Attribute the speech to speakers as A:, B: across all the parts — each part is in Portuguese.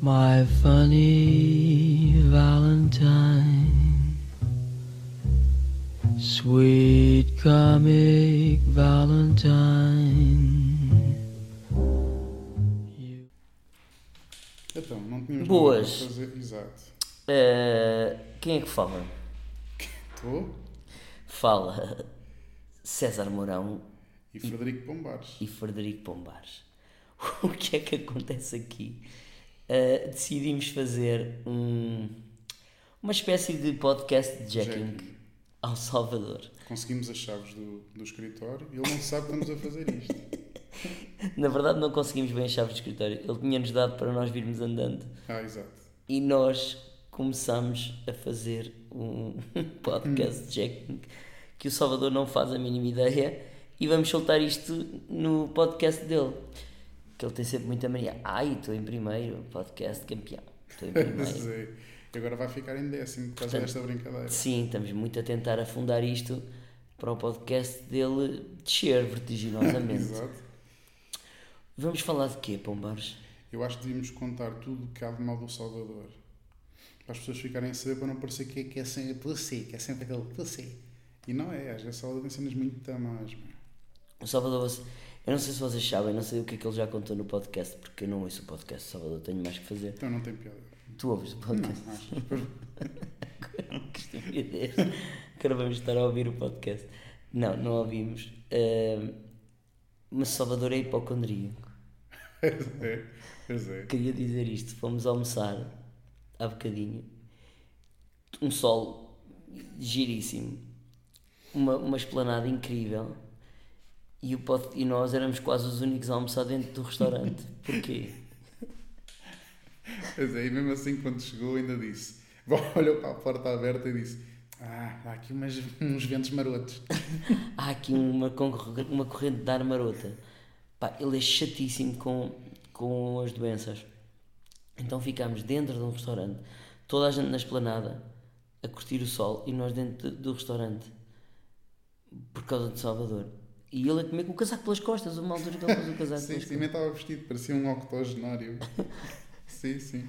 A: my funny Valentine, sweet comic Valentine.
B: Então, não tínhamos
C: Boas.
B: nada a fazer. Exato.
C: Ah, quem é que fala?
B: Estou
C: Fala César Mourão
B: e Frederico Pombares.
C: e Frederico Pombares. O que é que acontece aqui? Ah, decidimos fazer um, uma espécie de podcast de jacking
B: Jacking.
C: ao Salvador.
B: Conseguimos as chaves do, do escritório e ele não sabe que estamos a fazer isto.
C: Na verdade, não conseguimos bem as chaves de escritório. Ele tinha-nos dado para nós virmos andando.
B: Ah, exato.
C: E nós começamos a fazer um podcast de jacking que o Salvador não faz a mínima ideia e vamos soltar isto no podcast dele. Que ele tem sempre muita mania. Ai, estou em primeiro, podcast campeão. Estou em primeiro.
B: Zé, eh, e agora vai ficar em décimo por causa desta brincadeira.
C: Sim, estamos muito a tentar afundar isto para o podcast dele descer vertiginosamente.
B: Exato.
C: vamos falar de quê, Pombares?
B: Eu acho que devíamos contar tudo o que há de mal do Salvador. Para as pessoas ficarem a saber, para não parecer que é, que é sempre tu sei, que é sempre aquele tu sei. E não é, às vezes o Salvador tem cenas muito tamás. meu.
C: O Salvador, você- eu não sei se vocês sabem, não sei o que é que ele já contou no podcast, porque eu não ouço o podcast do Salvador, tenho mais que fazer.
B: Então não tem piada.
C: Tu ouves o
B: Não,
C: podcast?
B: acho.
C: Que estupidez. Agora vamos estar a ouvir o podcast. Não, não ouvimos. Ahm, mas Salvador é hipocondríaco.
B: Pois é, pois é.
C: Queria dizer isto. Fomos almoçar há bocadinho. Um sol giríssimo. Uma, uma esplanada incrível. E, o pod- e nós éramos quase os únicos a almoçar dentro do restaurante. Porquê?
B: Pois é, e mesmo assim, quando chegou, ainda disse: olhou para a porta aberta e disse: Ah, há aqui umas, uns ventos marotos.
C: há aqui uma, concorre- uma corrente de ar marota. Pá, ele é chatíssimo com, com as doenças. Então ficámos dentro de um restaurante, toda a gente na esplanada, a curtir o sol, e nós dentro de- do restaurante, por causa de Salvador. E ele a comer com o casaco pelas costas, uma altura que ele pôs o casaco
B: Sim,
C: pelas
B: sim, nem estava vestido, parecia um octogenário. sim, sim.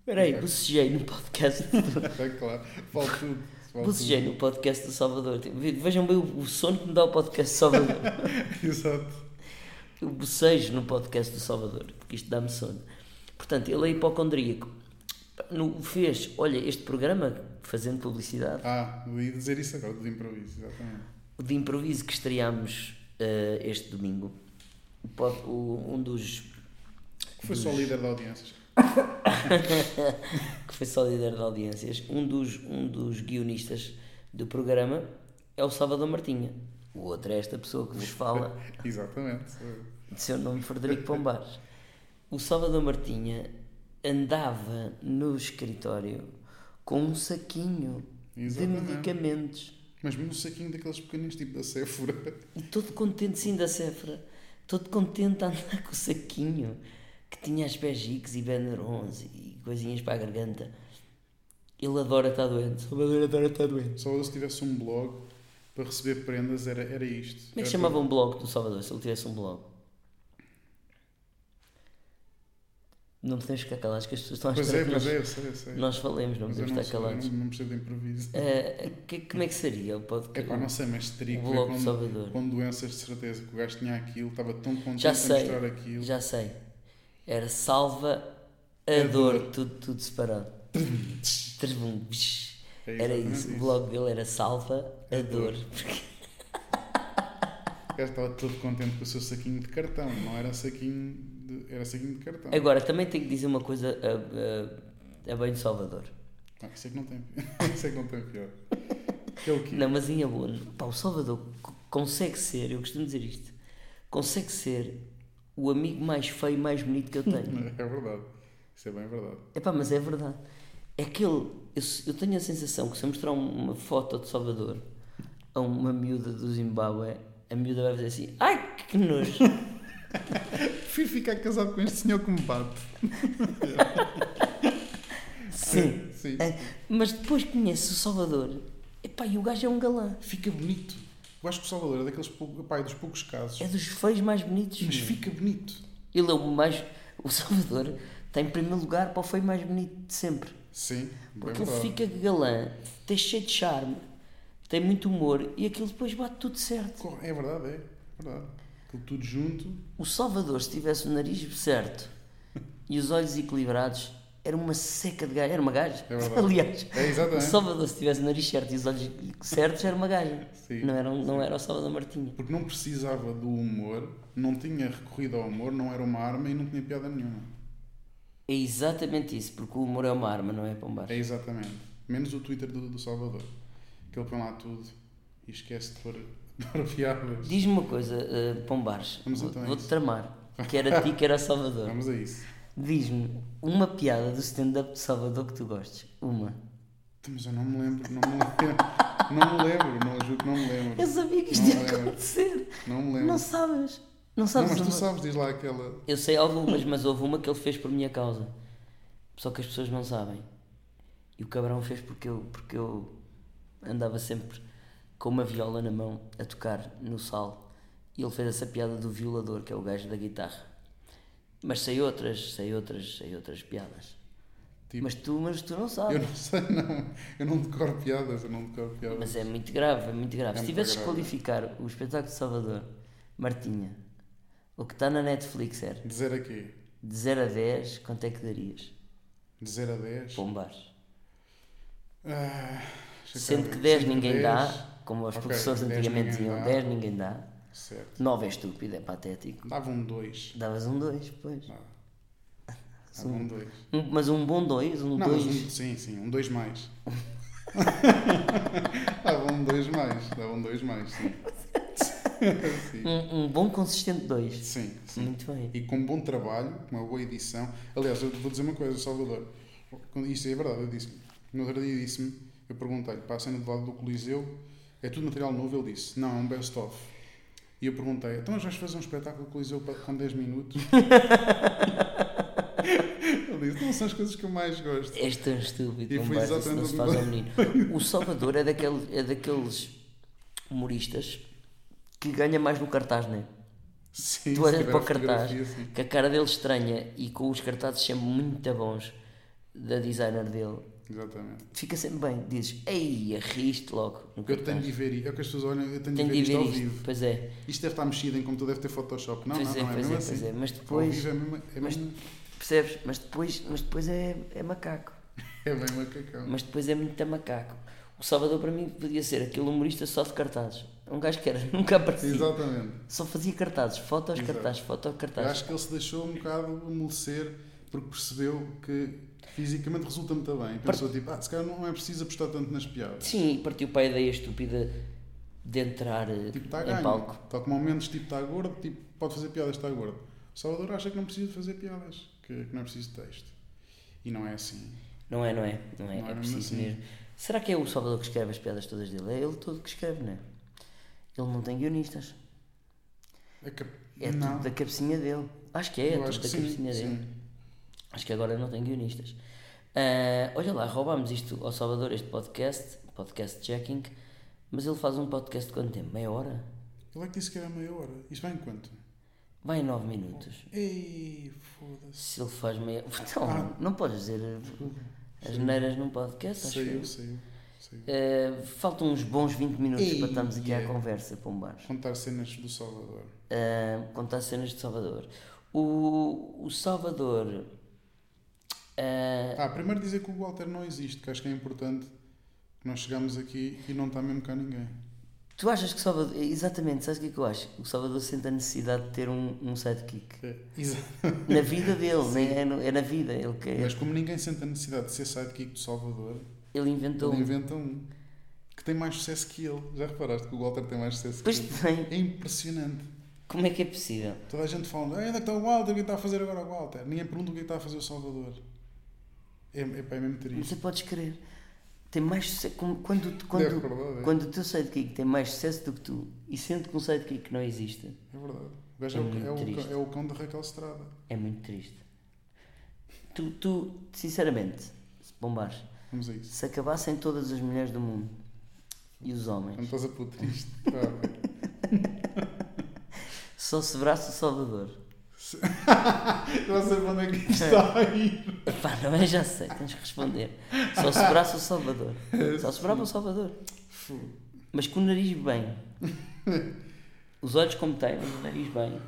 C: Espera aí, bocejei no podcast do,
B: É claro, vale tudo. Vale
C: bocejei no podcast do Salvador. Tipo, ve- Vejam bem o, o sono que me dá o podcast do Salvador.
B: tudo. Exato.
C: Eu bocejo no podcast do Salvador, porque isto dá-me sono. Portanto, ele é hipocondríaco. No, fez, olha, este programa, fazendo publicidade,
B: Ah, ia dizer isso agora, de improviso, exatamente.
C: o de improviso que estreámos eh, este domingo, o pod- o- um dos.
B: Que foi só líder de audiências.
C: que foi só líder de audiências, um dos, um dos guionistas do programa é o Salvador Martinha. O outro é esta pessoa que vos fala.
B: Exatamente.
C: de seu nome Frederico Pombares. O Salvador Martinha andava no escritório com um saquinho
B: Exatamente.
C: de medicamentos
B: Mas mesmo um saquinho daqueles pequeninos, tipo da Sephora.
C: e todo contente sim da Sefra, todo contente a andar com o saquinho que tinha as Bejix e Benerons e coisinhas para a garganta. Ele adora estar doente. é Salvador adora estar doente.
B: Só se tivesse um blog para receber prendas, era, era isto.
C: Como é que
B: Era
C: se chamava um blog do Salvador se ele tivesse um blog? Não podemos ficar calados que as pessoas estão a
B: Pois
C: esperar
B: é,
C: que
B: pois
C: nós-
B: é, eu sei, eu sei.
C: Nós falamos, não
B: Mas eu
C: podemos
B: não,
C: estar
B: sou- eu
C: calados.
B: não, não percebo de improviso.
C: Ah, que- como é que seria o
B: É
C: podcast?
B: pá, não sei, mas teria que
C: O
B: ver
C: Bloco de
B: com,
C: Salvador.
B: com doenças de certeza que o gajo tinha aquilo, estava tão contente
C: Já
B: a
C: sei.
B: mostrar aquilo.
C: Já sei. Era salva a,
B: A
C: dor,
B: É dor.
C: Tudo, tudo separado. Trum, psh.
B: É
C: era
B: exatamente
C: isso. O
B: isso.
C: blog dele era salva a,
B: A
C: dor.
B: dor. O gajo estava todo contente com o seu saquinho de cartão, não era saquinho de, era saquinho de cartão.
C: Agora, também tenho que dizer uma coisa a, a, a bem de Salvador.
B: Ah, isso é que não tem Isso é que não tem pior. Que é o quê?
C: Não, mas em abono, pá, o Salvador c- consegue ser, eu costumo dizer isto, consegue ser o amigo mais feio e mais bonito que eu tenho.
B: É verdade. Isso é bem verdade.
C: Epá, mas é verdade. É que ele, eu, se- eu tenho a sensação que se eu mostrar um- uma foto de Salvador a uma miúda do Zimbábue, a miúda vai fazer assim: ai que nojo!
B: Prefiro ficar casado com este senhor que me bate.
C: Sim.
B: Sim.
C: É, Mas depois conhece o Salvador, epá, e o gajo é um galã.
B: Fica bonito. Eu acho que o Salvador é daqueles pouco, pá, é dos poucos casos.
C: É dos feios mais bonitos.
B: Mas fica bonito.
C: Ele é o mais. O Salvador está em primeiro lugar para o foi mais bonito de sempre.
B: Sim, bem
C: Porque ele
B: verdade.
C: fica galã, tem cheio de charme, tem muito humor e aquilo depois bate tudo certo.
B: Cor- É verdade, é verdade. Aquilo tudo junto,
C: O Salvador, se tivesse o nariz certo e os olhos equilibrados, era uma seca de gajo. Era uma gaja.
B: É verdade.
C: Aliás,
B: É,
C: o
B: exatamente.
C: Salvador, se tivesse o nariz certo e os olhos certos, era uma gaja.
B: Sim.
C: Não era, um- não era o Salvador Martinha.
B: porque não precisava do humor, não tinha recorrido ao humor, não era uma arma e não tinha piada nenhuma.
C: É exatamente isso, porque o humor é uma arma, não é, Pombar?
B: É exatamente. Menos o Twitter do, do Salvador, que ele põe lá tudo e esquece de pôr, de pôr piadas.
C: Diz-me uma coisa, eh, Pombares.
B: Vamos
C: Vou-
B: então a
C: Vou-te
B: isso.
C: tramar. Quer a ti, quer ao Salvador.
B: Vamos a isso.
C: Diz-me uma piada do stand-up de Salvador que tu gostes. Uma.
B: Mas eu não me lembro, não me lembro. Não me lembro, não juro que não me lembro.
C: Eu sabia que isto ia
B: Não é.
C: acontecer.
B: Não me lembro.
C: Não sabes. Não
B: Não,
C: sabes
B: mas tu
C: uma-
B: sabes, diz lá aquela.
C: Eu sei algumas, mas houve uma que ele fez por minha causa. Só que as pessoas não sabem. E o cabrão fez porque eu, porque eu andava sempre com uma viola na mão a tocar no sal. E ele fez essa piada do violador, que é o gajo da guitarra. Mas sei outras, sei outras, sei outras piadas.
B: Tipo-
C: Mas, tu, mas tu não
B: Eu
C: sabes.
B: não sei, não. Eu não decoro piadas, eu não decoro piadas.
C: Mas é muito grave, é muito grave.
B: É
C: Se
B: muito
C: tivesses de
B: grave.
C: qualificar o espetáculo de Salvador, Martinha, o que está na Netflix era
B: De 0 a quê?
C: de 0 a 10, quanto é que darias?
B: De 0 a 10?
C: Pombares.
B: Ah, deixa cá
C: Sendo
B: ver.
C: que 10
B: Sendo
C: ninguém
B: 10,
C: dá, como os
B: Ok,
C: professores
B: 10
C: antigamente
B: ninguém
C: diziam,
B: dá.
C: 10 ninguém dá,
B: Certo.
C: 9 é estúpido, é patético.
B: Dava um 2.
C: Davas um 2, pois.
B: Dava um 2.
C: Um- mas um bom 2, um
B: Não, mas um,
C: 2.
B: sim, sim, um 2 mais. dava um 2 mais, dava um 2 mais, sim. sim.
C: Um, um bom consistente 2.
B: Sim, sim.
C: Muito bem.
B: E com bom trabalho, com uma boa edição. Aliás, eu vou dizer uma coisa, Salvador. Quando- Isto é verdade, eu disse-me. No outro dia disse-me, eu perguntei-lhe para a cena do lado do Coliseu, é tudo material novo? Ele disse, não, é um best-of. E eu perguntei, então mas vais fazer um espetáculo do Coliseu pa- com 10 minutos? Ele disse, não, são as coisas que eu mais gosto.
C: És tão estúpido,
B: E
C: um
B: foi
C: barco, isso não
B: exatamente
C: se
B: o que
C: faz ao menino. O Salvador é, daquele, é daqueles humoristas que ganha mais no cartaz, não é?
B: Sim,
C: Tu
B: se
C: olhas
B: tiver
C: para o
B: a
C: cartaz,
B: fotografia, sim.
C: que a cara dele estranha e com os cartazes sempre muito bons da designer dele,
B: Exatamente.
C: fica sempre bem. Dizes, ei, arriste logo no
B: Eu tenho
C: cartaz.
B: de ver, i- é o que as pessoas olham, eu tenho de
C: Tenho
B: ver isto ao vivo.
C: Pois é,
B: Isto deve estar mexido em computador, deve ter Photoshop. Não,
C: Pois
B: não,
C: é,
B: não, é
C: pois
B: mesmo
C: é, pois
B: assim.
C: é, mas
B: Ao
C: depois-
B: vivo é mesmo, é
C: mas-
B: mesmo-
C: percebes? Mas depois, mas depois é, é macaco.
B: É bem macacão.
C: Mas depois é muito macaco. O Salvador para mim podia ser aquele humorista só de cartazes. Um gajo que era, nunca aparecia.
B: Exatamente.
C: Só fazia cartazes, fotos,
B: Exato.
C: cartazes, fotos,
B: Eu
C: cartazes.
B: acho que ele se deixou um bocado amolecer porque percebeu que fisicamente resulta muito bem. Pensou tipo, ah, se calhar não é preciso apostar tanto nas piadas.
C: Sim, e partiu para a ideia estúpida de entrar eh,
B: Tipo, está a
C: em
B: ganho.
C: palco.
B: Tal como ao menos tipo, está gordo, tipo, pode fazer piadas, está gordo. O Salvador acha que não precisa fazer piadas, que, que não é preciso texto. E não é assim.
C: Não é, não é? Não é,
B: Não
C: é
B: era
C: preciso
B: assim.
C: mesmo. Será que é o Salvador que escreve as piadas todas dele? É ele todo que escreve, não é? Ele não tem guionistas.
B: É, que,
C: É
B: não.
C: tudo da cabecinha dele. Acho que é, é
B: Eu
C: tudo
B: acho
C: da
B: que sim,
C: cabecinha dele.
B: sim.
C: Acho que agora não tem guionistas. Ah, olha lá, roubámos isto ao Salvador, este podcast, podcast checking, mas ele faz um podcast de quanto tempo? Meia hora?
B: Ele é que disse que era meia hora. Isto vai em quanto?
C: Vai em nove minutos.
B: Ei, foda-se.
C: Se ele faz meia. Então,
B: Ah.
C: não podes dizer as neiras num podcast, acho
B: Saiu,
C: eu.
B: saiu, saiu.
C: Ah, faltam uns bons 20 minutos
B: Ei,
C: para estarmos aqui à
B: yeah.
C: conversa, pombares.
B: Contar cenas do Salvador.
C: Ah, contar cenas de Salvador. O, o Salvador. ah,
B: Ah, primeiro dizer que o Walter não existe, que acho que é importante que nós chegamos aqui e não está mesmo cá ninguém.
C: Tu achas que Salvador. Exatamente, sabes o que é que eu acho? O Salvador sente a necessidade de ter um, um sidekick.
B: É, exato.
C: Na vida dele, nem é, no- é na vida. Ele,
B: Mas
C: quer,
B: como ninguém sente a necessidade de ser sidekick do Salvador,
C: ele inventou.
B: ele
C: um.
B: inventa um que tem mais sucesso que ele. Já reparaste que o Walter tem mais sucesso
C: Pois
B: que ele?
C: bem,
B: É impressionante.
C: como é que é possível?
B: Toda a gente fala, "Ah, onde é que está o Walter? O que é que está a fazer agora o Walter? Ninguém pergunta o que é que está a fazer o Salvador. É, é, pá, é mesmo triste.
C: Você podes crer. Tem mais sucesso. como- Quando, tu- quando,
B: É verdade, é.
C: quando o teu sidekick tem mais sucesso do que tu e sente que um sidekick não existe,
B: É verdade. O gajo é, o-
C: É muito
B: é o, cão-
C: triste.
B: é o cão da Raquel Estrada.
C: é muito triste. Tu, tu sinceramente, se bombares,
B: Vamos a isso.
C: se acabassem todas as mulheres do mundo e os
B: Não
C: homens,
B: estás a pôr triste. Ah,
C: só sobrasse o Salvador.
B: Já sei para onde é que isto está a ir.
C: Epá, não é? Já sei, tens que responder. Só sobrasse o Salvador. Só sobrava o Salvador.
B: Fu-
C: Mas com o nariz bem. Os olhos como têm, mas o nariz bem.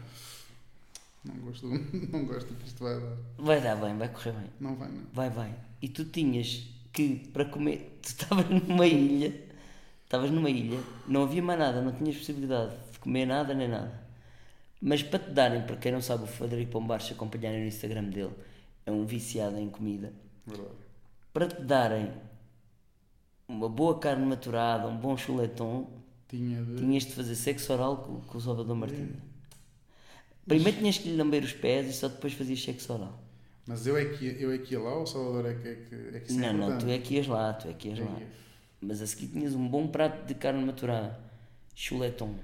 B: Não gosto, não gosto do que isto vai dar.
C: Vai dar bem, vai correr bem.
B: Não vai, não.
C: Vai, vai. E tu tinhas que, para comer, tu estavas numa ilha, estavas numa ilha, não havia mais nada, não tinhas possibilidade de comer nada nem nada. Mas para te darem, para quem não sabe, o Frederico Pombar, se acompanharem no Instagram dele, é um viciado em comida.
B: Verdade.
C: Para te darem uma boa carne maturada, um bom chuleton,
B: Tinha de.
C: tinhas de fazer sexo oral com, com o Salvador Martinho. Primeiro tinhas que lhe lamber os pés e só depois fazias sexo oral.
B: Mas eu é que ia, eu é que ia lá ou o Salvador é que é que, é que isso
C: Não,
B: é
C: não, tu
B: importante?
C: é que ias lá, tu é que ias lá.
B: Ia.
C: Mas a seguir tinhas um bom prato de carne maturada, chuleton.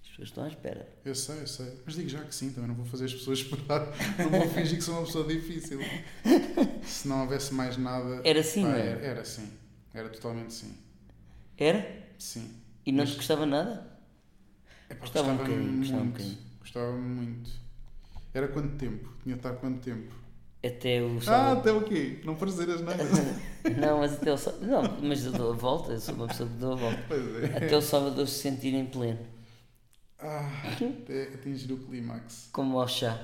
C: As pessoas estão à espera.
B: Eu sei, eu sei. Mas digo já que sim, também não vou fazer as pessoas esperar. Não vou fingir que sou uma pessoa difícil. Se não houvesse mais nada.
C: Era assim,
B: Pá,
C: não
B: era,
C: era?
B: era sim. Era totalmente sim.
C: Era?
B: Sim.
C: E não te gostava nada?
B: É pá,
C: Gostava um bocadinho,
B: muito.
C: gostava um bocadinho.
B: Gostava muito. Era quanto tempo? Tinha de estar quanto tempo?
C: Até o
B: Ah,
C: Salvador.
B: até o quê? Não parecer as neiras.
C: não, mas até o Salvador. Não, mas eu dou a volta, eu sou uma pessoa que dou a volta.
B: Pois é.
C: Até o Salvador se sentir em pleno,
B: Ah, até atingir o clímax.
C: como ao chá.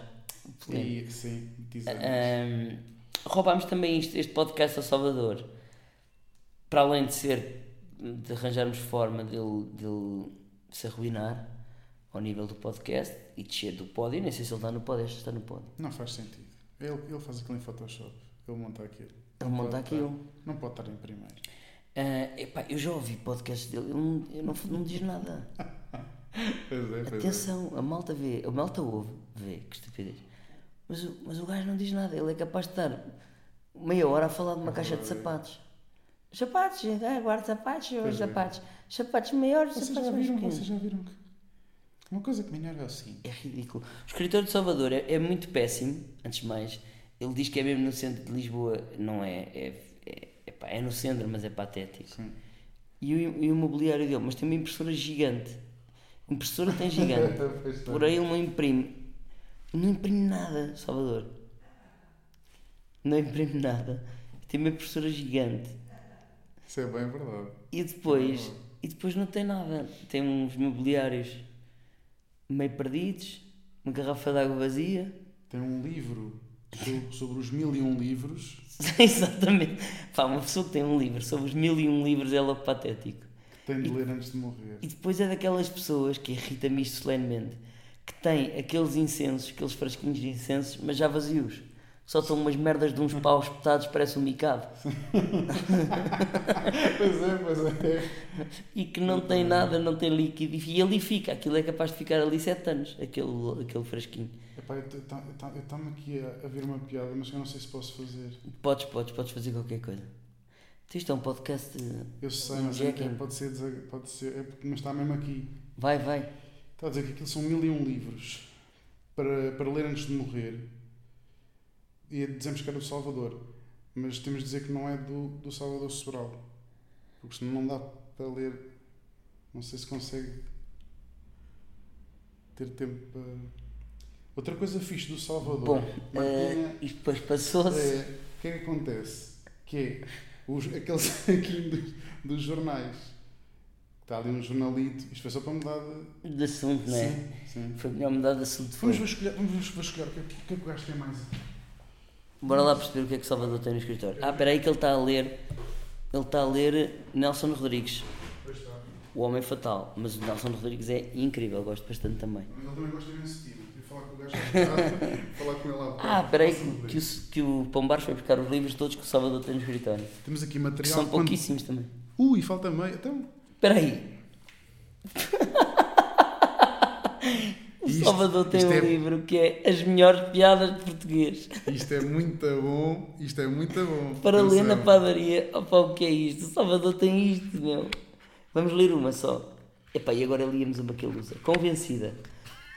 C: Pleno.
B: E sim, diz
C: Eh,
B: anos.
C: Ahm, roubámos também isto- este podcast ao Salvador. Para além de ser de arranjarmos forma dele, dele se arruinar ao nível do podcast e descer do pódio, nem sei se ele está no pódio, acho que está no pódio.
B: Não faz sentido. Ele, ele faz aquilo em Photoshop. Ele monta aquilo.
C: Ele monta
B: Não pode
C: aquilo.
B: estar- Não pode estar em primeiro.
C: Ah, epá, eu já ouvi podcasts dele, ele não, ele não, não diz nada.
B: Pois é, pois é.
C: Atenção, a malta vê, a malta ouve, vê, que estupidez. Mas, o- mas o gajo não diz nada, ele é capaz de estar meia hora a falar de uma caixa de sapatos. Sapatos, gente, ah, guardo sapatos, eu
B: Pois
C: gosto de
B: é.
C: sapatos. Sapatos maiores,
B: Vocês já
C: sapatos mais
B: viram,
C: pequenos.
B: vocês já viram que. Uma coisa que me enerva é assim.
C: É ridículo. O escritor de Salvador é, é muito péssimo, antes de mais. Ele diz que é mesmo no centro de Lisboa, não é? É, é, é, pá, é no centro, mas é patético.
B: Sim.
C: E o, e o mobiliário dele, mas tem uma impressora gigante. Impressora tem gigante.
B: Pois é. tem.
C: Porém, ele não imprime. Não imprime nada, Salvador. Não imprime nada. Tem uma impressora gigante.
B: Isso é bem verdade.
C: E depois. E depois não tem nada. Tem uns mobiliários meio perdidos, uma garrafa de água vazia.
B: Tem um livro sobre, sobre os mil e um livros.
C: Exatamente. Pá, uma pessoa que tem um livro sobre os mil e um livros é logo patético.
B: que Tem de ler antes de morrer.
C: E depois é daquelas pessoas que irrita-me isto solenemente, que têm aqueles incensos, aqueles frasquinhos de incensos, mas já vazios. Só estão umas merdas de uns paus petados, parece um micado.
B: pois é, pois é.
C: E que não
B: Uhum.
C: tem nada, não tem líquido. E ali fica, aquilo é capaz de ficar ali sete anos, aquele, aquele frasquinho.
B: Epá, eu estou-me aqui a, a ver uma piada, mas eu não sei se posso fazer.
C: Podes, podes, podes fazer qualquer coisa. Então Isto é um podcast. de-
B: Eu sei,
C: Um
B: mas é,
C: chicken.
B: é, pode ser. desa- Pode ser é porque, mas está mesmo aqui.
C: Vai, vai.
B: Está a dizer que aquilo são mil e um livros para, para ler antes de morrer. E dizemos que era do Salvador, mas temos de dizer que não é do, do Salvador Sobral, porque senão não dá para ler. Não sei se consegue ter tempo para. Outra coisa fixe do Salvador.
C: Bom,
B: Martinha,
C: eh, e depois passou-se.
B: é, o que é que acontece? Que é os, aquele saquinho dos, dos jornais. Está ali um jornalito. Isto foi só para mudar de.
C: De assunto, não é?
B: Sim, sim.
C: Foi melhor mudar de assunto.
B: Vamos
C: Foi.
B: vasculhar, vamos vasculhar o que, é que- o que é que o gajo tem mais.
C: Bora lá perceber o que é que o Salvador tem no escritório. Ah, espera aí que ele está a ler. Ele está a ler Nelson Rodrigues,
B: Pois está.
C: O Homem Fatal. Mas o Nelson Rodrigues é incrível, gosto bastante também.
B: Mas ele também gosta imenso de ti. é? Eu falar com o gajo à falar com ele lá.
C: Ah, espera aí que, que, o- que o Pombar foi buscar os livros todos que o Salvador tem no escritório.
B: Temos aqui
C: Que
B: material.
C: são
B: quando-
C: pouquíssimos também.
B: Ui, falta meio. Então,
C: Espera aí. O
B: Isto-
C: Salvador tem
B: isto
C: um
B: é-
C: livro que é As Melhores Piadas de Português.
B: isto é muito bom. Isto é muito bom.
C: Para ler na
B: Atenção.
C: padaria, opa, o que é isto? O Salvador tem isto, meu. Vamos ler uma só. Epá, e agora líamos uma que ele usa. Convencida.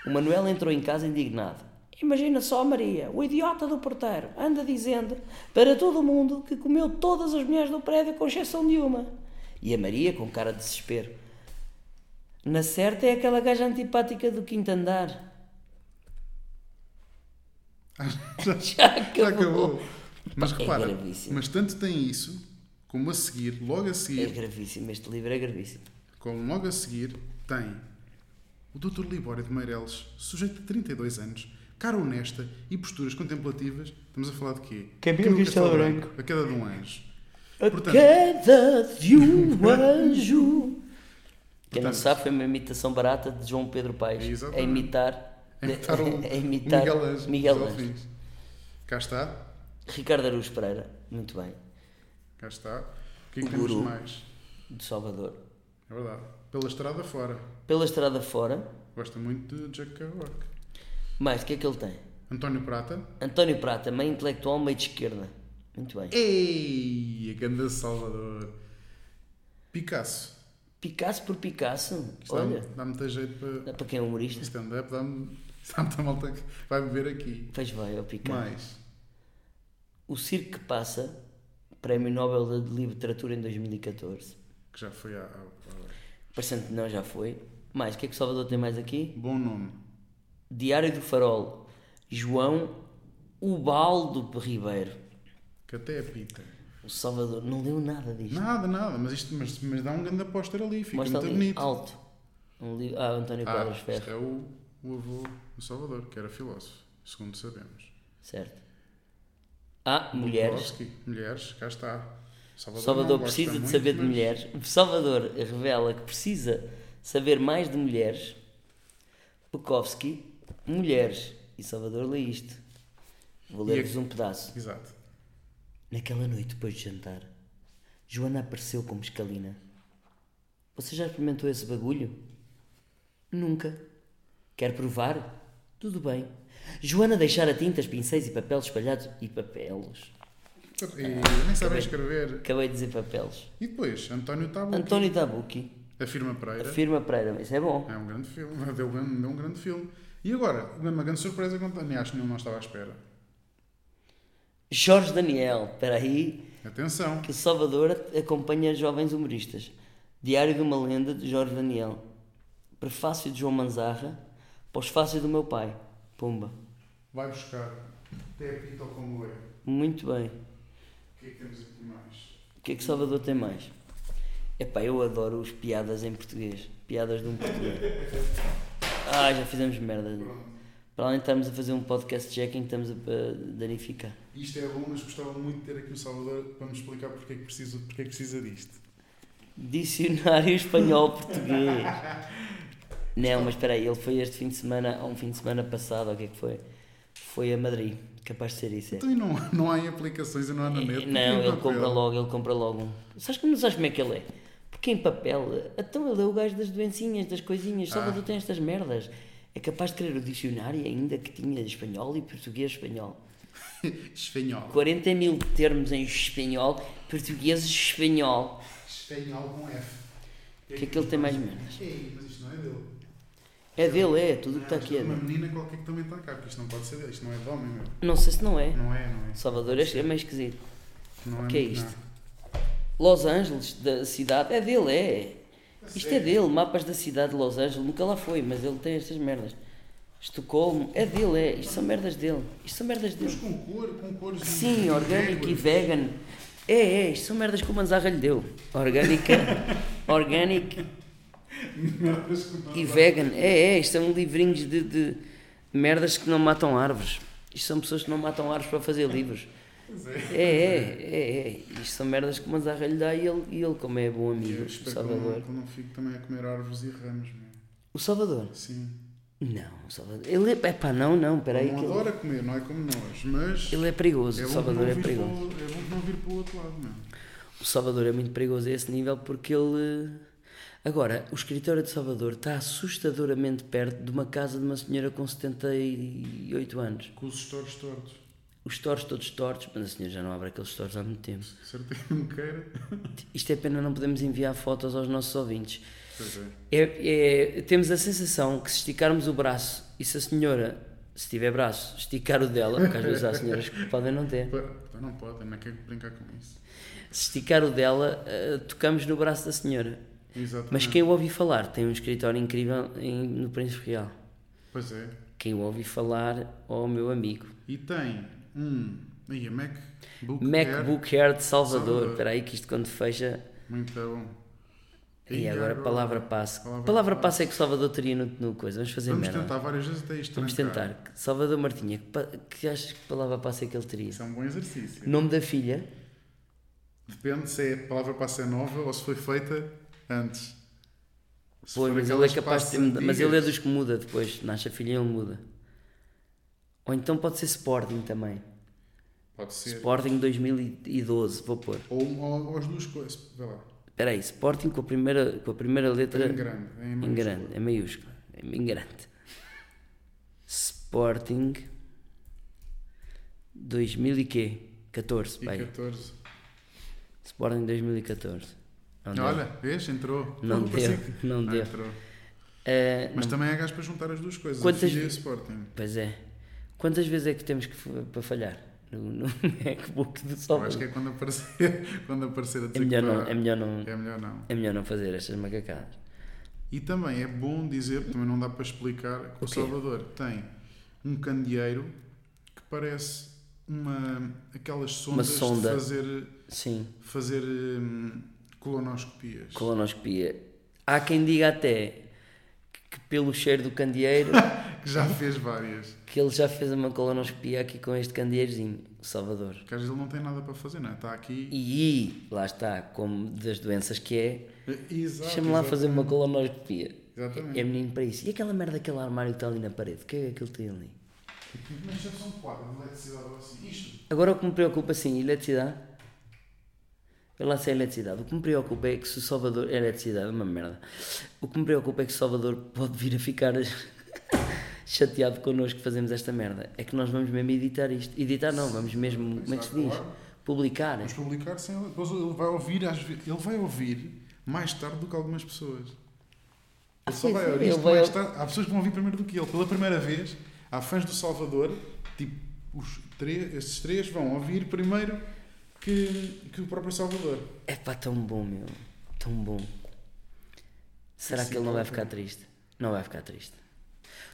C: O Manuel entrou em casa indignado. Imagina só, Maria, o idiota do porteiro anda dizendo para todo o mundo que comeu todas as mulheres do prédio, com exceção de uma. E a Maria, com cara de desespero. Na certa é aquela gaja antipática do quinto andar. Já acabou.
B: Já acabou. Mas
C: é
B: repara,
C: gravíssimo.
B: mas tanto tem isso, como a seguir, logo a
C: É
B: seguir,
C: gravíssimo, este livro é gravíssimo.
B: como logo a seguir, tem o Dr. Libório de Meireles, sujeito de 32 anos, cara honesta e posturas contemplativas. Estamos a falar de quê?
D: Camilo
B: Camilo
D: Castelo
B: Castelo
D: Branco.
B: A queda de um anjo.
C: A
B: Portanto-
C: queda de um anjo. Quem não
B: Portanto-
C: sabe, foi uma imitação barata de João Pedro Paes.
B: É,
C: a
B: exatamente.
C: imitar.
B: A imitar o,
C: a É imitar
B: o Miguel Ângelo.
C: Miguel
B: dos
C: Ângelo.
B: Alfins. Cá está,
C: Ricardo Araújo Pereira, muito bem.
B: cá está. O que é
C: O
B: que temos
C: guru.
B: mais?
C: De Salvador.
B: É verdade. Pela estrada fora.
C: Pela estrada fora,
B: Gosta muito de Jack Kerouac.
C: mais, o que é que ele tem?
B: António Prata.
C: António Prata, meio intelectual, meio de esquerda. Muito bem.
B: Ei, a ganda Salvador. Picasso.
C: Picasso por Picasso,
B: Isto dá-me-
C: olha.
B: Dá-me muito jeito para
C: Dá para quem é humorista.
B: stand-up. Dá-me dá muita malta que vai beber aqui.
C: Fez bem, ó Picasso.
B: Mais.
C: O Circo que Passa, Prémio Nobel de Literatura em 2014.
B: Que já foi há... há- há-
C: Parecendo que não, já foi. Mais, o que é que o Salvador tem mais aqui?
B: Bom nome.
C: Diário do Farol, João Ubaldo Ribeiro.
B: Que até é pita.
C: O Salvador não leu nada disto.
B: Nada, nada. Mas isto mas, mas dá um grande póster ali. Fica
C: Mostra
B: muito
C: ali,
B: bonito.
C: alto. Um livro, ah, António
B: Ah,
C: Quadros Ferro.
B: isto é o, o avô do Salvador, que era filósofo, segundo sabemos.
C: Certo. Ah, mulheres.
B: Bukowski, mulheres, cá está. Salvador,
C: Salvador
B: não gosta
C: precisa de
B: muito,
C: saber de
B: mas-
C: mulheres. Salvador revela que precisa saber mais de mulheres. Bukowski, mulheres. E Salvador lê isto. Vou
B: E
C: ler-vos
B: a-
C: um pedaço.
B: Exato.
C: Naquela noite, depois de jantar, Joana apareceu como escalina. Você já experimentou esse bagulho? Nunca. Quer provar? Tudo bem. Joana deixara tintas, pincéis e papéis espalhados. E papelos. Ah,
B: E nem sabem escrever.
C: Acabei de dizer papelos.
B: E depois, António Tabu,
C: António Tabucchi.
B: a firma Pereira.
C: Afirma Pereira. Isso é bom.
B: É um grande filme, deu, um- deu um grande filme. E agora, uma grande surpresa que eu nem acho que não estava à espera.
C: Jorge Daniel. Espera aí.
B: Atenção,
C: Que o Salvador acompanha jovens humoristas. Diário de uma lenda de Jorge Daniel. Prefácio de João Manzarra. Pós-fácio do meu pai. Pumba.
B: vai buscar. Até aqui, tal como é.
C: Muito bem.
B: O que é que temos aqui mais?
C: O que é que Salvador tem mais? Epá, eu adoro os piadas em português. Piadas de um português. Ah, já fizemos merda. Para além de estarmos a fazer um podcast jacking, estamos a a danificar.
B: Isto é bom, mas gostava muito de ter aqui o Salvador para me explicar porque é que precisa, porque é que precisa disto.
C: Dicionário espanhol-português. Não, mas espera aí, ele foi este fim de semana, ou um fim de semana passado, ou o que é que foi? Foi a Madrid, capaz de ser isso. É.
B: Então e não, não há em aplicações e não há na net?
C: Não,
B: Porque em
C: ele compra
B: papel.
C: logo, ele compra logo um. Sabes como, sabes como é que ele é? Porque em papel, então ele é o gajo das doencinhas, das coisinhas,
B: Ah.
C: Salvador tem estas merdas. É capaz de querer o dicionário ainda que tinha de espanhol e português-espanhol.
B: Espanhol.
C: 40 mil termos em espanhol, português-espanhol.
B: Espanhol com F.
C: O que é que ele tem mais merdas?
B: Ei, mas isto não é dele.
C: É dele, é, tudo o que está
B: Isto
C: aqui é
B: Uma
C: dele.
B: menina qualquer que também está cá, porque isto não pode ser dele. Isto não é de homem, meu.
C: Não sei se não é.
B: Não é, não é.
C: Salvador é é meio esquisito.
B: Não
C: O que é
B: muito,
C: isto?
B: não.
C: Los Angeles, da cidade, é dele, é. Isto é dele, mapas da cidade de Los Angeles, nunca lá foi, mas ele tem estas merdas. Estocolmo, é dele, é. Isto são merdas dele. Isto são merdas
B: Mas
C: dele.
B: com cor, com cores. de-
C: Sim,
B: de
C: orgânico e
B: réguas.
C: vegan. É, é, isto são merdas que o Manzarra lhe deu. Orgânica, orgânico
B: Merdas que não-
C: e vegan. É, é, isto são livrinhos de, de merdas que não matam árvores. Isto são pessoas que não matam árvores para fazer livros.
B: Pois é.
C: É, é, é, é. Isto são merdas que o Manzarra lhe dá e ele, e ele como é bom
B: Eu
C: amigo, o
B: espero que eu não,
C: Salvador.
B: que eu não fique também a comer árvores e ramos, meu.
C: O Salvador?
B: Sim.
C: Não, o Salvador. Ele é. Epá, não, não, peraí.
B: não
C: que ele,
B: adora comer, não é como nós, mas.
C: ele é perigoso,
B: é bom
C: o
B: que
C: Salvador
B: não
C: é
B: vir
C: perigoso.
B: para o- é bom que não vir para o outro lado, meu.
C: O Salvador é muito perigoso a esse nível porque ele. eh, Agora, o escritório de Salvador está assustadoramente perto de uma casa de uma senhora com 78 anos.
B: Com os estores tortos.
C: Os torres todos tortos, mas a senhora já não abre aqueles torres há muito tempo.
B: Certeza que me queira.
C: Isto é pena, não podemos enviar fotos aos nossos ouvintes.
B: Pois é.
C: É- é- temos a sensação que se esticarmos o braço e se a senhora, se tiver braço, esticar o dela, porque às vezes há senhoras que podem não ter,
B: Pá, então Não pode, não quero brincar com isso.
C: se esticar o dela, eh, tocamos no braço da senhora.
B: Exatamente.
C: Mas quem eu ouvi falar tem um escritório incrível em- no Príncipe Real.
B: Pois é.
C: que eu ouvi falar ao meu amigo.
B: E tem um. Aí, Mac. Book
C: MacBook Air de Salvador.
B: Salvador.
C: Espera aí que isto quando fecha...
B: Air. Muito bom.
C: E agora palavra passe.
B: palavra
C: Palavra
B: passe.
C: passe é que o Salvador teria no, no coisa. Vamos fazer
B: Vamos
C: merda.
B: tentar várias vezes até isto né,
C: é? Vamos
B: trancar.
C: tentar. Salvador Martinha, que, pa- que achas que palavra passe é que ele teria?
B: Isso é um bom exercício.
C: Nome da filha?
B: Depende se a palavra passa é nova ou se foi feita antes. Se
C: Pois,
B: for
C: mas ele é
B: aquelas
C: capaz de ter
B: passes
C: muda- Mas ele é
B: antigas,
C: dos que muda depois. Nasce a filha e ele muda. Ou então pode ser Sporting também.
B: Pode ser.
C: Sporting 2012, vou pôr.
B: Ou, ou, ou as duas coisas. Vê lá.
C: Espera aí, Sporting com a primeira, com a primeira letra
B: Em grande. Em
C: em
B: maiúsculo.
C: grande, em maiúscula. Em grande. Sporting 2000 e quê? 14,
B: E
C: pai.
B: 14.
C: Sporting 2014. Não deu.
B: Olha, vês? Entrou.
C: Não
B: Pô, parecia
C: deu,
B: que-
C: não
B: Ah,
C: deu.
B: entrou.
C: Eh,
B: Mas
C: não-
B: também há gajo para juntar as duas coisas.
C: Quantas
B: Quantas e o
C: vezes-
B: Sporting.
C: Pois é. Quantas vezes é que temos que, f- para falhar? No, no MacBook do
B: Eu acho
C: Salvador.
B: que é quando aparecer, quando aparecer a
C: É
B: dizer
C: melhor,
B: que
C: não,
B: para-
C: é, melhor não,
B: É melhor não.
C: é melhor não fazer estas macacadas.
B: E também é bom dizer, também não dá para explicar, que o
C: O quê?
B: Salvador tem um candeeiro que parece uma aquelas sondas
C: sonda.
B: de fazer
C: Sim,
B: fazer hum, colonoscopias.
C: colonoscopia. Há quem diga até que pelo cheiro do candeeiro
B: que já fez várias.
C: que ele já fez uma colonoscopia aqui com este candeeirozinho, o Salvador.
B: Porque às vezes ele não tem nada para fazer, não é? Está aqui.
C: E lá está, como das doenças que é,
B: Exato.
C: deixa-me lá
B: exato.
C: fazer uma colonoscopia.
B: Exatamente.
C: É menino para isso. E aquela merda, aquele armário que está ali na parede, o que é que aquilo que tem ali?
B: Mas já são quatro, de eletricidade ou assim. Isto.
C: Agora o que me preocupa, sim, eletricidade. Eu lá sei eletricidade. O que me preocupa é que se o Salvador. Eletricidade é uma merda. O que me preocupa é que o Salvador pode vir a ficar chateado connosco que fazemos esta merda. É que nós vamos mesmo editar isto. Editar não, vamos mesmo. Como é que se diz? Publicar.
B: Mas publicar sem ele. Depois ele vai ouvir, às vezes, ele vai ouvir mais tarde do que algumas pessoas. Ele só
C: sim,
B: vai
C: sim,
B: ouvir
C: ele
B: isto
C: vai
B: mais
C: ao-
B: tarde. Há pessoas que vão ouvir primeiro do que ele. Pela primeira vez, há fãs do Salvador, tipo, os três, esses três vão ouvir primeiro que, que o próprio Salvador.
C: É pá, tão bom, meu. Tão bom. Será
B: Sim,
C: que ele não vai
B: tá
C: ficar triste? Não vai ficar triste.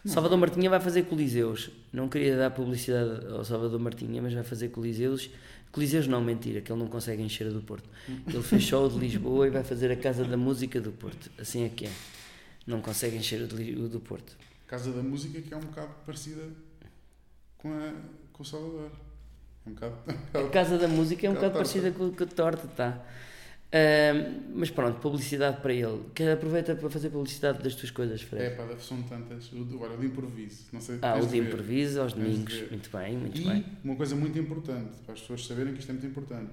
C: Salvador Martinha vai fazer coliseus. Não queria dar publicidade ao Salvador Martinha, mas vai fazer coliseus. Coliseus não, mentira, que ele não consegue encher a do Porto. Ele fechou o de Lisboa e vai fazer a Casa da Música do Porto. Assim é que é. Não consegue encher o, de Li- o do Porto.
B: Casa da Música, que é um bocado parecida com, a, com o Salvador. É um bocado.
C: A Casa da Música é um
B: Cá
C: bocado
B: torta.
C: parecida com com a torta, tá? Ahm, mas pronto, publicidade para ele. Que aproveita para fazer publicidade das tuas coisas, Fred.
B: É pá, são tantas. O, do- olha, o de improviso. Não sei,
C: Ah,
B: tens
C: o de
B: ver.
C: improviso aos
B: Tens de
C: domingos.
B: ver.
C: Muito bem, muito
B: E
C: bem.
B: uma coisa muito importante, para as pessoas saberem que isto é muito importante.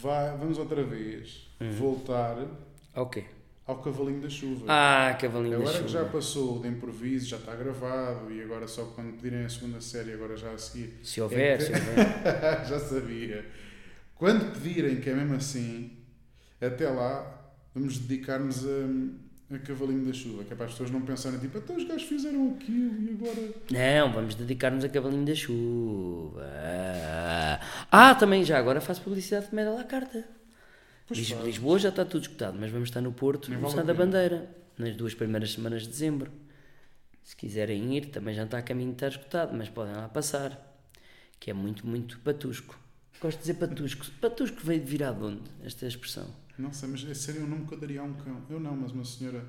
B: Vai- vamos outra vez
C: Uhum.
B: voltar
C: Ok.
B: ao cavalinho da chuva.
C: Ah, cavalinho da
B: agora
C: chuva.
B: que já passou o de improviso, já está gravado e agora só quando pedirem a segunda série, agora já a seguir.
C: Se houver,
B: É
C: se
B: que-
C: houver.
B: já sabia. Quando pedirem que é mesmo assim, até lá vamos dedicar-nos a, a cavalinho da chuva, que é para as pessoas não pensarem tipo, até os gajos fizeram aquilo e agora.
C: Não, vamos dedicar-nos a cavalinho da chuva. Ah, também já agora faço publicidade de Comédia à Carta. Lis-
B: faz.
C: Lisboa já está tudo escutado, mas vamos estar no Porto,
B: Nem
C: no
B: vale a
C: Sá da
B: pena.
C: Bandeira, nas duas primeiras semanas de dezembro. Se quiserem ir, também já está a caminho de estar escutado, mas podem lá passar. Que é muito, muito patusco. Gosto de dizer patusco. Patusco veio de virar de onde? Esta expressão.
B: Não sei, mas esse seria o nome que eu daria a um cão. Eu não, mas uma senhora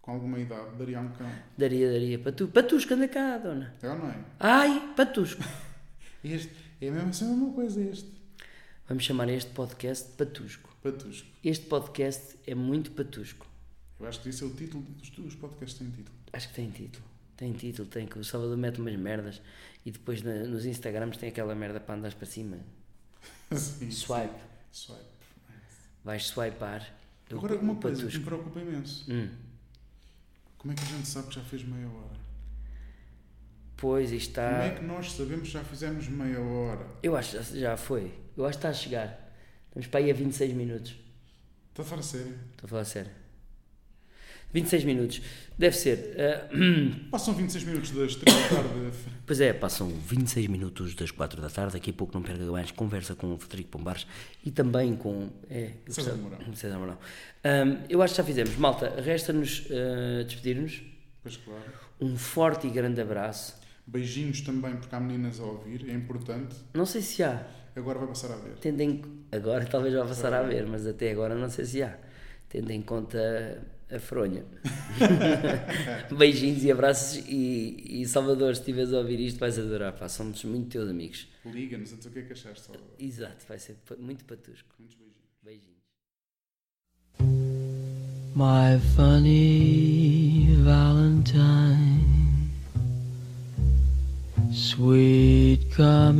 B: com alguma idade daria a um cão.
C: Daria, daria. Patu... Patusco, anda cá, dona.
B: É ou não é?
C: Ai, Patusco.
B: Este é mesmo assim a mesma coisa este.
C: Vamos chamar este podcast de Patusco.
B: Patusco.
C: Este podcast é muito patusco.
B: Eu acho que esse é o título dos teus podcasts têm título.
C: Acho que tem título. Tem título, tem que o Salvador mete umas merdas e depois na- nos Instagrams tem aquela merda para andares para cima.
B: Sim,
C: Swipe.
B: sim. Swipe.
C: Vais swipar. Eu-
B: Agora uma
C: o Hum.
B: coisa que me preocupa imenso. Como é que a gente sabe que já fez meia hora?
C: Pois, isto
B: Como
C: está.
B: é que nós sabemos que já fizemos meia hora?
C: Eu acho que já foi. Eu acho que está a chegar. Estamos para aí a 26 minutos.
B: Está a falar sério?
C: Estou a falar sério. 26 minutos. Deve ser. ah,
B: Passam 26 minutos das 3 da tarde.
C: Pois é, passam 26 minutos das 4 da tarde, daqui a pouco não perca mais conversa com o Frederico Pombares e também com é, o
B: César
C: César-
B: Mourão.
C: César Mourão. Ahm, eu acho que já fizemos. Malta, resta-nos ah, despedir-nos.
B: Pois claro.
C: Um forte e grande abraço.
B: Beijinhos também, porque há meninas a ouvir, é importante.
C: Não sei se há.
B: Agora vai passar a ver.
C: Tendo em- Agora talvez vá passar a ver, mas até agora não sei se há. Tendo em conta a fronha. Beijinhos e abraços. E, e Salvador, se estiveres a ouvir isto, vais adorar. Pá, somos muito teus amigos.
B: Liga-nos a dizer o que é que achaste, Salvador.
C: Exato, vai ser pa- muito patusco.
B: Muitos beijinhos.
C: Beijinhos.
A: My funny Valentine, sweet coming.